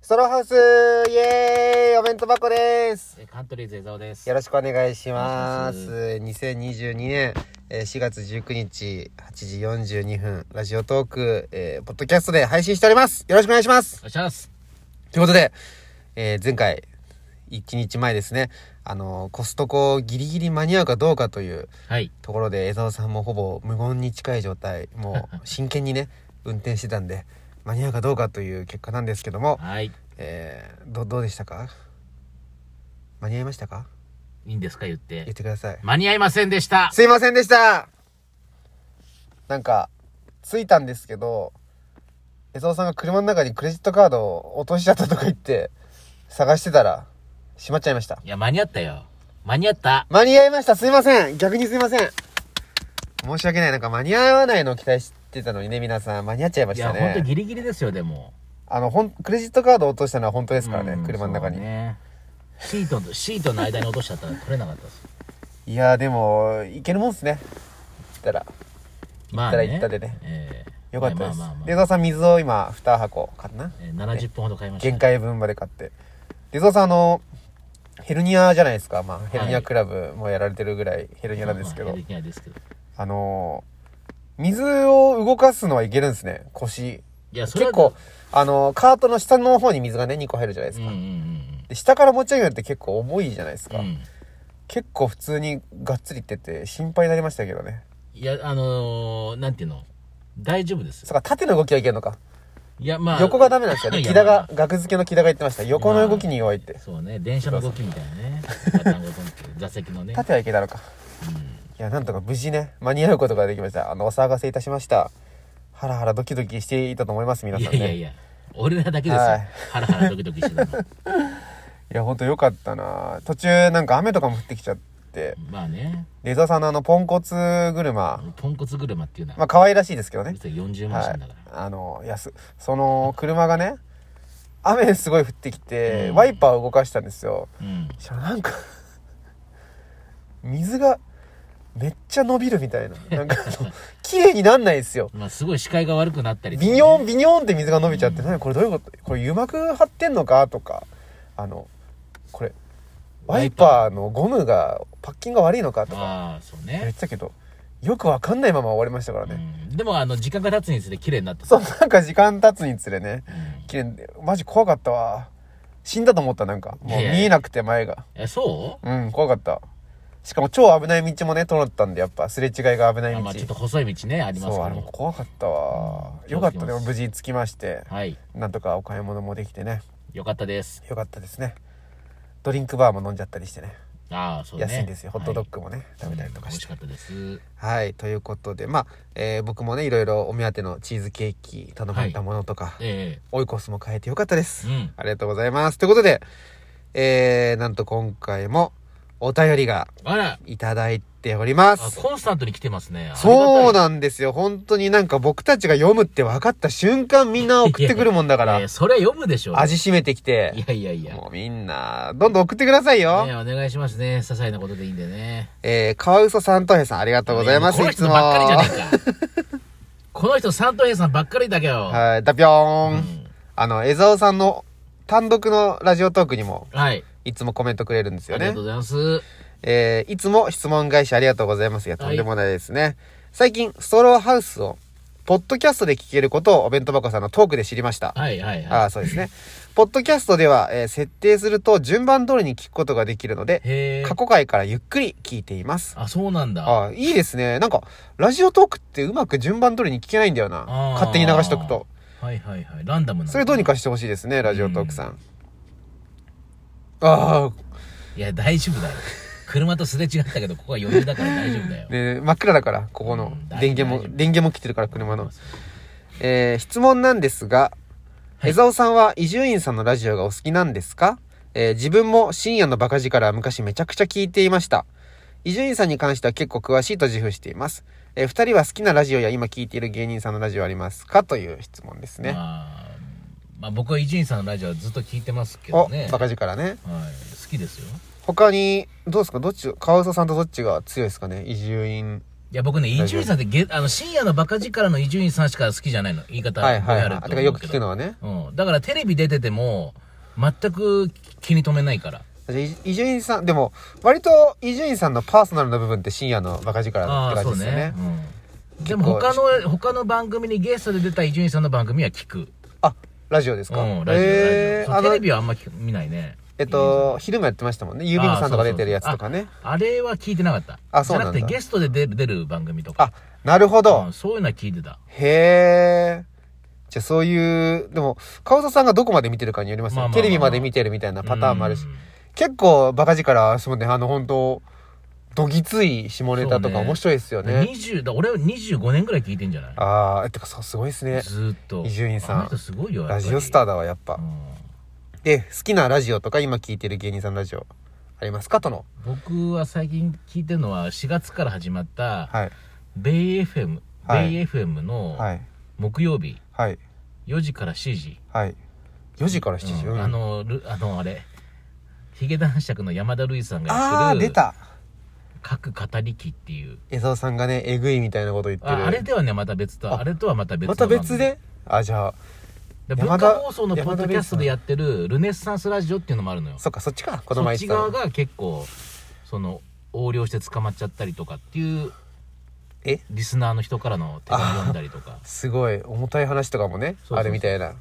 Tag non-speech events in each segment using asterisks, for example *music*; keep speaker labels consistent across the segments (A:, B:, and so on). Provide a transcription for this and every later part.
A: ソロハウスイエーイお弁当箱です
B: えーカントリーズ江澤です。
A: よろしくお願いします。
B: お
A: 2022年えー4月19日8時42分、ラジオトーク、えーポッドキャストで配信しておりますよろしくお願いします
B: お願いします。
A: ということで、えー前回、1日前ですね、あのーコストコギリギリ間に合うかどうかという
B: はい。
A: ところで江澤さんもほぼ無言に近い状態もう真剣にね運転してたんで間に合うかどうかという結果なんですけども、
B: はい。
A: えー、どどうでしたか間に合いましたか
B: いいんですか言っ。
A: 言っててください
B: 間に合いませんでした。
A: すいませんでしたなんか着いたんですけど江澤さんが車の中にクレジットカードを落としちゃったとか言って探してたら閉まっちゃいました
B: いや、間に合ったよ。間に合った。
A: 間に合いましたすいません逆にすいません申し訳ないなんか間に合わないのを期待してたのにね皆さん間に合っちゃいま
B: い
A: した
B: や、ほんと
A: ね
B: ギリギリですよ、でも。
A: あのほんクレジットカードを落としたのは本当で
B: です
A: からね車の中に、
B: ね。シートと、シートの間に落としちゃったら取れなかったです。
A: いやーでもいけるもんっすね言ったら
B: ま
A: *laughs* 行ったら行ったでね。
B: ええ
A: よかったです
B: まあまあまあ
A: 出沢さん水を今2箱買ったな
B: えー70分ほど買いました。
A: 限。界分まで買って出沢さんあのヘルニアじゃないですかまあヘルニアクラブもやられてるぐらいヘルニアなんですけど、
B: まあまあ。ヘルニアですけど
A: あのー水を動かすのはいけるんですね腰
B: いや、それ
A: 結
B: は
A: 構、あの、カートの下の方に水がね、2個入るじゃないで
B: う
A: す
B: ん
A: か。
B: うんうん
A: で、下から持ち上げるって結構重いじゃないです
B: う
A: か。
B: ん。うん。
A: 結構普通にがっつりいってて、心配になりましたけどね。
B: いや、あのー、なんていうの大丈夫です
A: そ
B: よ。
A: っか、縦の動きはいけるのか。
B: いや、まあ。
A: 横がダメなんですよね。
B: *laughs* いや
A: 木田
B: まあまあ
A: が、額付けの木田が言ってました。横の動きに弱いって。
B: そうね電車の動きみたいなねガタンゴトンって座席のね、
A: 縦はいけたのか。いや、なんとか無事ね、間に合うことができました。あの、お騒がせいたしました。ハラハラドキドキしていたと思います、皆
B: い
A: さん
B: や
A: ね。
B: いやいや俺らだけですよ、
A: はい
B: ハラハラドキドキしてたの
A: いやほんとよかったな途中、なんか雨とかも降ってきちゃって、
B: まあね
A: レザーさんのあの、ポンコツ車、
B: ポンコツ車っていうの
A: ま
B: は
A: あ、可愛らしいですけどね。
B: 別に40万
A: は
B: したん
A: い
B: だから、、
A: あのいやすその車がね雨すごい降ってきて、
B: うん
A: ワイパーを動かしたんですよ
B: うん
A: そしたらなんか水がめっちゃ伸びるみたいななんかあの *laughs* 綺麗になんないですよ
B: まあすごい視界が悪くなったりとかね
A: ビヨンビヨンって水が伸びちゃって、何これどういうことこれ油膜張ってんのかとかあのこれワイパーのゴムがパッキンが悪いのかとか
B: まあそう
A: 言っ
B: ね、
A: てたけどよくわかんないまま終わりましたから
B: う
A: ね、
B: ん、でもあの時間が経つにつれ綺麗になった
A: そうなんか時間経つにつれね
B: うん
A: けんマジ怖かったわ死んだと思ったなんかもう
B: いやいや
A: 見えなくて前が
B: えそう
A: うん怖かったしかも超危ない道もね通ったんでやっぱすれ違いが危ない
B: あ
A: 道、
B: まあちょっと細い道ねあります
A: そうあ
B: け
A: れも
B: ど
A: 怖かったわ、
B: うん
A: よかった
B: 気
A: ね
B: をつけます
A: 無事着きまして
B: はい
A: なんとかお買い物もできてね
B: よかったです
A: よかったですねドリンクバーも飲んじゃったりしてね
B: ああそうね
A: 安いんですよホットドッグもね、
B: はい
A: 食べたりとかして
B: うん美味しかったです
A: はいということでまあ、えー僕もねいろいろお目当てのチーズケーキ頼まれたものとか、
B: え
A: オイコスも買えてよかったです
B: えうん
A: ありがとうございます。ということで、えー、なんと今回もお便りが
B: あら
A: いただいておりま
B: あ
A: す。
B: コンスタントに来てますね。
A: そうな
B: だ
A: んですよ。本当になんか僕たちが読むって分かった瞬間みんな送ってくるもんだから、
B: それは読むでしょ。
A: 味しめてき
B: い
A: て、
B: やいやいや。ね
A: もうみんな、どんどん送ってくださいよ。
B: お願いしますね。些細なことでいいんでね。
A: えー、カワウソさんとへさんありがとうございます。
B: この
A: いつ
B: 人
A: も。
B: ばっかりじゃ
A: は
B: ねえか。
A: *laughs*
B: この人、サントヘイさんばっかりだけど。
A: い、だぴょーん。
B: うん
A: あの、江沢さんの単独のラジオトークにも、
B: はい。
A: いつもコメントくれるんです
B: あ
A: よ
B: りが
A: ね
B: とう。ございます。
A: えーいつも質問返しありがとうございます。いや、とんでもないですね。最近、ストローハウスを、ポッドキャストで聞けることをお弁当箱さんのトークで知りました。
B: はいはい
A: あ
B: は
A: あ、そうですね。ポッドキャストでは、えー設定すると順番通りに聞くことができるの
B: い。
A: で、
B: へえ。
A: 過去回からゆっくり聞いています。
B: あ、そうなんだ。
A: ああ、いいですね。なんか、ラジオトークってうまく順番通りに聞けないんだよな。
B: あー
A: 勝手に流しとくと。
B: はいはいはい。ランダムな。
A: それどうに。かしてほしいですね、ラジオトークさん。ああ、
B: いや、大丈夫だよ。車とすれ違ったけど、ここは余裕だから大丈夫だよ。
A: ね、真っ暗だから、ここ
B: う
A: の
B: ん大丈夫
A: 電源も
B: 大丈、夫
A: 電源も来てるから、車の。えー質問なんですが、
B: はい
A: 江澤さんは伊集院さんのラジオがお好きなんですか、えー自分も深夜のバカ力は昔めちゃくちゃ聞いていました。伊集院さんに関しては結構詳しいと自負しています。えー二人は好きなラジオや今聞いている芸人さんのラジオありますかという質問ですね。
B: まあ、まあ僕は伊集院さんのラジオはずっと聞いてますけど
A: お、
B: ね。
A: バ
B: はい。
A: カ力ね。
B: 好きですよ。
A: 他に、どうですかどっち、川ウソさんとどっちが強いですかね伊集院
B: いや、僕ね、伊集院さんってげ、あの、深夜のバカ力の伊集院さんしか好きじゃないの。言い方
A: はいはい
B: が
A: は
B: あ
A: い。
B: る
A: あ
B: と
A: て
B: 思
A: か
B: う
A: よく聞くの
B: は。
A: はね。
B: うん。だからテレビ出てても、全く気に留めないから。
A: じゃあ伊伊集院さん、でも、割と伊集院さんのパーソナルな部分って深夜のバカ力
B: あ
A: っ
B: あ
A: て
B: ー、
A: 感
B: そ
A: じで
B: う
A: すよね
B: ね。。うんでも他の、他の番組にゲストで出た伊集院さんの番組は聞く。
A: あ、ラジオですか
B: うん、ラジオ、
A: えー
B: ラジオそう。テレ
A: あの
B: ビはあんま聞く見ないね。
A: えっと、昼もやってましたもんね。郵便部さんとか出てるやつとかね。
B: あれは聞いてなかった。
A: あそうなんだ
B: じゃなくてゲストで出る出る番組と
A: あ
B: か。、
A: なるほど。
B: うんそういうのは聞いてた。
A: へえ。じゃあそういう、でも、川田さんがどこまで見てるかによります
B: ま
A: ね。
B: あまあまあ
A: テレビまで見てるみたいなパターンもあるし
B: うん。
A: 結構バカ力、そうね、あの本当どぎつい下ネタとか
B: そうね
A: 面白いですよね。
B: 20だ俺は25年ぐらい聞いてんじゃない
A: ああ、てかそう、すごいですね。
B: ずーっと
A: 伊集院さん
B: あの人すごいよ
A: ラジオスター
B: だ
A: だわ、やっぱ。で、好きなラジオとか今聞いてる芸人さんのラジオありますかとの。
B: 僕は最近聞いてるのは4月から始まった
A: はい。
B: ベイ FM
A: はい
B: ベイ FM の
A: はい。
B: 木曜日
A: はい。
B: 4時から7時
A: はい。4時から7時。
B: うん
A: うん
B: あ、のルあのあれヒゲ男爵の山田るいさんが
A: あ
B: や
A: あー、
B: って
A: 出
B: る
A: た。
B: 各語り機っていう
A: 江澤さんがね、えぐいみたいなこと言ってる。
B: ああれではねまた別と
A: あ
B: あれとはまた別の
A: また別
B: 番組
A: であ、じゃあ、
B: で
A: 山
B: 文
A: 田
B: 化放送のポッドキャストでやってるルネッサンスラジオっていうのもあるのよ
A: そっか、そっちか。この
B: そ
A: 前
B: っ
A: 言
B: ち
A: ってたの
B: 側が結構その横領して捕まっちゃったりとかっていう
A: え
B: リスナーの人からの手紙読んだりとか
A: すごい重たい話とかもね
B: そうそうそう
A: あるみたいな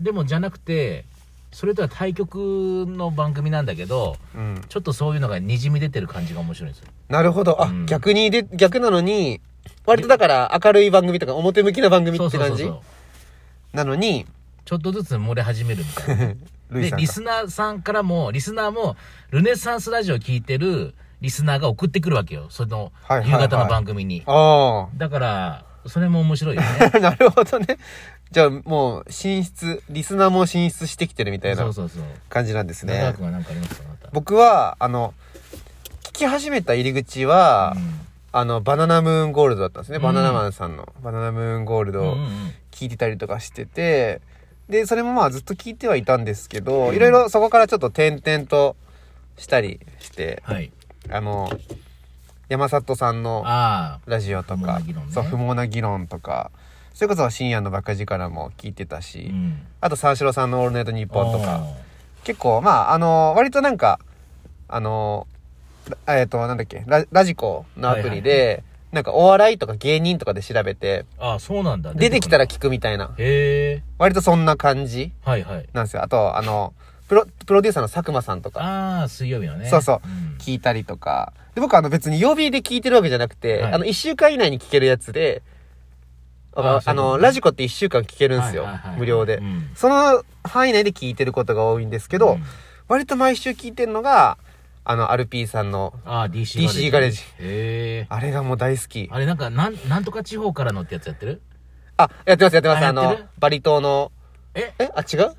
B: でもじゃなくてそれとは対局の番組なんだけど
A: うん
B: ちょっとそういうのがにじみ出てる感じが面白いんですよ
A: なるほどあ、
B: うん
A: 逆にで逆なのに割とだから明るい番組とか表向きな番組って感じ
B: そうそうそうそう
A: なのに
B: ちょっとずつ漏れ始めるみた
A: *laughs*
B: いな
A: ルイ
B: で
A: さん
B: リ
A: が
B: スナーさんからもリスナーもルネサンスラジオ聞いてるリスナーが送ってくるわけよその
A: はいはい
B: 夕
A: はい
B: 方の番組に、
A: あ
B: だからそれも面
A: *laughs*
B: 白いよね
A: あ *laughs* なるほどねじゃあもう進出リスナーも進出してきてるみたい
B: そ
A: な
B: うそうそう
A: 感じなんです
B: 中川
A: ね
B: 君は何かありますかまた
A: 僕はあの聞き始めた入り口は、あのバナナムーンゴールドだったんですね、
B: うん
A: バナナマンさんのバナナムーンゴール
B: う
A: ド、
B: んうんうん
A: 聞いてたりとかしててでそれもまあずっと聞いてはいたんですけどいろいろそこからちょっと転々としたりして
B: はい
A: あの山里さんの
B: あ
A: ラジオとか
B: 不毛な議論ね
A: そう不毛な議論とかそれこそ深夜のバカ力も聞いてた
B: あ
A: し、
B: うん
A: あと三四郎さんの「オールナイトニッポン」とか
B: あ
A: 結構まああの割となんかあのらえっ、となんだっけララジコのアプリで、
B: はい
A: なんかお笑いとか芸人とかで調べて
B: ーあーそうなんだ
A: 出てきたら
B: へ
A: 聞くみたいな
B: え
A: 割とそんな感じ
B: はいはい
A: なんですよ。あと、あの、プロ、プロデューサーの佐久間さんとか、
B: ああ水曜日のね
A: そうそうん聞いたりとか。で、僕はあの別に曜日で聞いてるわけじゃなくて、
B: はい
A: あの、一週間以内に聞けるやつで、
B: あー
A: あ
B: そういうこと
A: の、
B: ね
A: ラジコって一週間聞けるんですよ
B: はいはいはい。
A: 無料で
B: う。ん
A: その範囲内で聞いてることが多いんですけ
B: う
A: ど
B: ん、
A: 割と毎週聞いてるのが、あの、アルピーさんの、
B: ああ DC
A: ガレージ
B: へえ
A: あれがもう大好き。
B: あれなんかなんなんとか地方からのってやつやってる
A: あ、やってますやってます。
B: あ
A: あ
B: やってる
A: の、バリ島の、
B: え
A: えあ、違う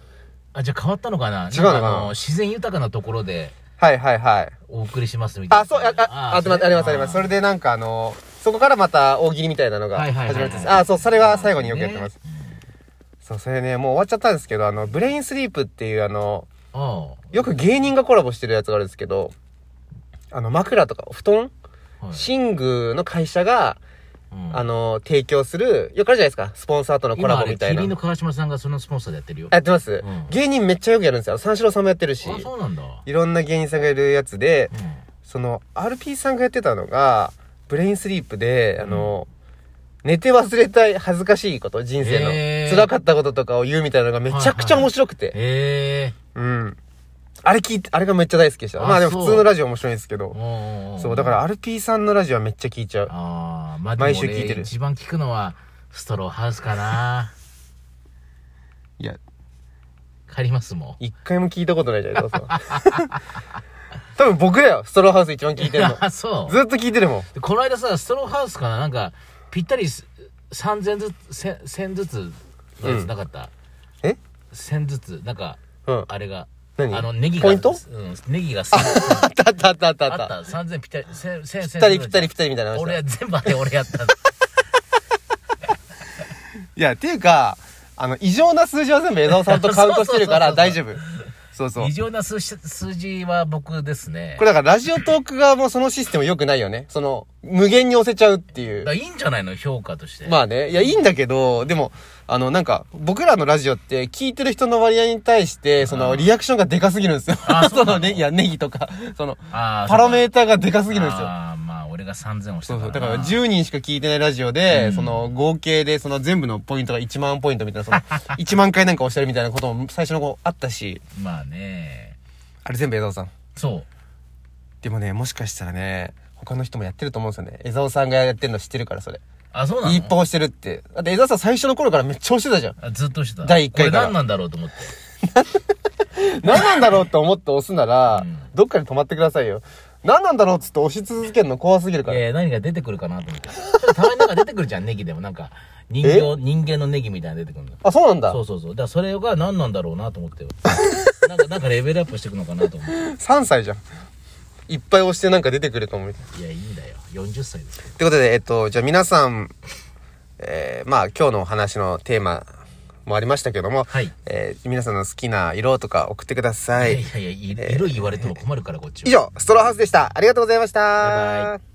B: あじゃあ変わったのかな
A: 違うのかな
B: なんかあ自然豊かなところで
A: はいはいはい。
B: お送りしますみたいな
A: あ、そう、あ、あ、あ、
B: ー
A: とます、あります、あります。それ
B: ー
A: でなんかあの、そこからまた大喜利みたいなのが
B: はい
A: 始
B: は
A: ま
B: いはいは
A: る
B: い
A: んです。あ、そう、それは最後によくやってます。そう、それね、もう終わっちゃったんですけど、あの、ブレインスリープっていうあの、
B: あ
A: よく芸人がコラボしてるやつがあるんですけど、あの、枕とか布団、
B: あはい
A: 寝具の会社が、
B: うん
A: あの、提供する、よくあるじゃないですか、スポンサーとのコ
B: 今
A: ラ
B: あ
A: ボ
B: れ
A: みたい
B: キ
A: な
B: リン。の川島さんがそのスポンサーでやってるよ
A: やってます
B: うん
A: 芸人めっちゃよくやるんですよ。三四郎さんもやってるし、
B: あそうなんだ
A: いろんな芸人さんがいるやつで、
B: うん
A: その RP さんがやってたのがブレインスリープで、あの寝て忘れたい恥ずかしいこと人生の、
B: へー
A: 辛かったこととかを言うみたいなのがめちゃくちゃ面白くて、
B: へえ
A: うんあれ聞いてあれがめっちゃ大好きでした
B: あ
A: まあでも
B: そう
A: 普通のラジオ面白いんですけ
B: お
A: ど
B: うおうお
A: そうだから RP さんのラジオはめっちゃ聞いちゃう
B: ああまあ
A: 毎週聞いてる
B: でも俺一番聞くのはストローハウスかな
A: いや
B: 帰りますもん
A: 一回も聞いたことないじゃないですか *laughs* 多分僕だよストローハウス一番聞いてる *laughs* の
B: あ *laughs* そう
A: ずっと聞いてるもん
B: でこの間さストローハウスかななんかぴったりす3000ずつ1000 1000ずつのやつなかった、
A: え
B: 1000ずつなんか
A: うん
B: あれが
A: 何
B: あのネギが
A: ポイント
B: うん、ネギがす
A: *laughs* あったあったあったあった
B: あ
A: あっ
B: ったた3000ぴったり1000 1000
A: ぴったりぴったりぴったりみたいな話だ
B: 俺は全部あれ俺やった
A: いや、っていうか、あの、異常な数字は全部江澤さんとカウントしてるから
B: *laughs* そうそう
A: 大
B: そ
A: 丈
B: う
A: 夫。そうそう
B: 異。常な数字数字は僕ですね。
A: これだからラジオトーク側もそのシステム良くないよね。その、無限に押せちゃうっていう
B: だか。らいいんじゃないの評価として。
A: まあね、いや、いいんだけど、でも、あの、なんか、僕らのラジオって、聞いてる人の割合に対して、その、リアクションがでかすぎるんですよ。
B: あそ
A: *laughs* そう
B: な
A: の
B: の
A: ね、いや、ネギとか、その、
B: あー、
A: パラメ
B: ー
A: ーターがでかすぎるんですよ。
B: ああ、まあ俺が3000押し
A: そ
B: た
A: うそ
B: から
A: う。だか
B: な。
A: ら、10人しか聞いてないラジオで、
B: うん
A: その、合計で、その、全部のポイントが1万ポイントみたいな、そ
B: *laughs*
A: の、1万回なんか押してるみたいなことも最初の子あったし、
B: まあね。
A: あれ全部江澤さん。
B: そう。
A: でもね、もしかしたらね、他の人もやってると思うんですよね。江澤さんがやってるの知ってるから、それ。
B: あ、そうなの
A: いいっぱい押してるって。だって江澤さん最初の頃からめっちゃ押してたじゃん。
B: あずっと押してた。
A: 第一回
B: これ
A: から
B: 何なんだろうと思って。
A: 何なんだろうって思って押すなら、
B: うん
A: どっかで止まってくださいよ。何なんだろうっつって押し続けるの怖すぎるから。
B: えー、何が出てくるかなと思って。たまになんか出てくるじゃん、ネギでも。なんか、人形、人間のネギみたいなの出てくるの。
A: あ、そうなんだ
B: そ。うそうそう。だからそれが何なんだろうなと思って。なんか、なんかレベルアップしていくのかなと思っ。
A: 3歳じゃん。いっぱい押してなんか出てくると思う。って
B: いや、いいんだよ。40歳ですけど。
A: てことで、えっと、じゃあ皆さん、えー、まあ今日のお話のテーマもありましたけども、
B: はい
A: えー皆さんの好きな色とか送ってくださ
B: い
A: い。
B: やいやいや、色言われても困るから、こっちは。
A: 以上、ストローハウスでした。ありがとうございました。
B: バイバイ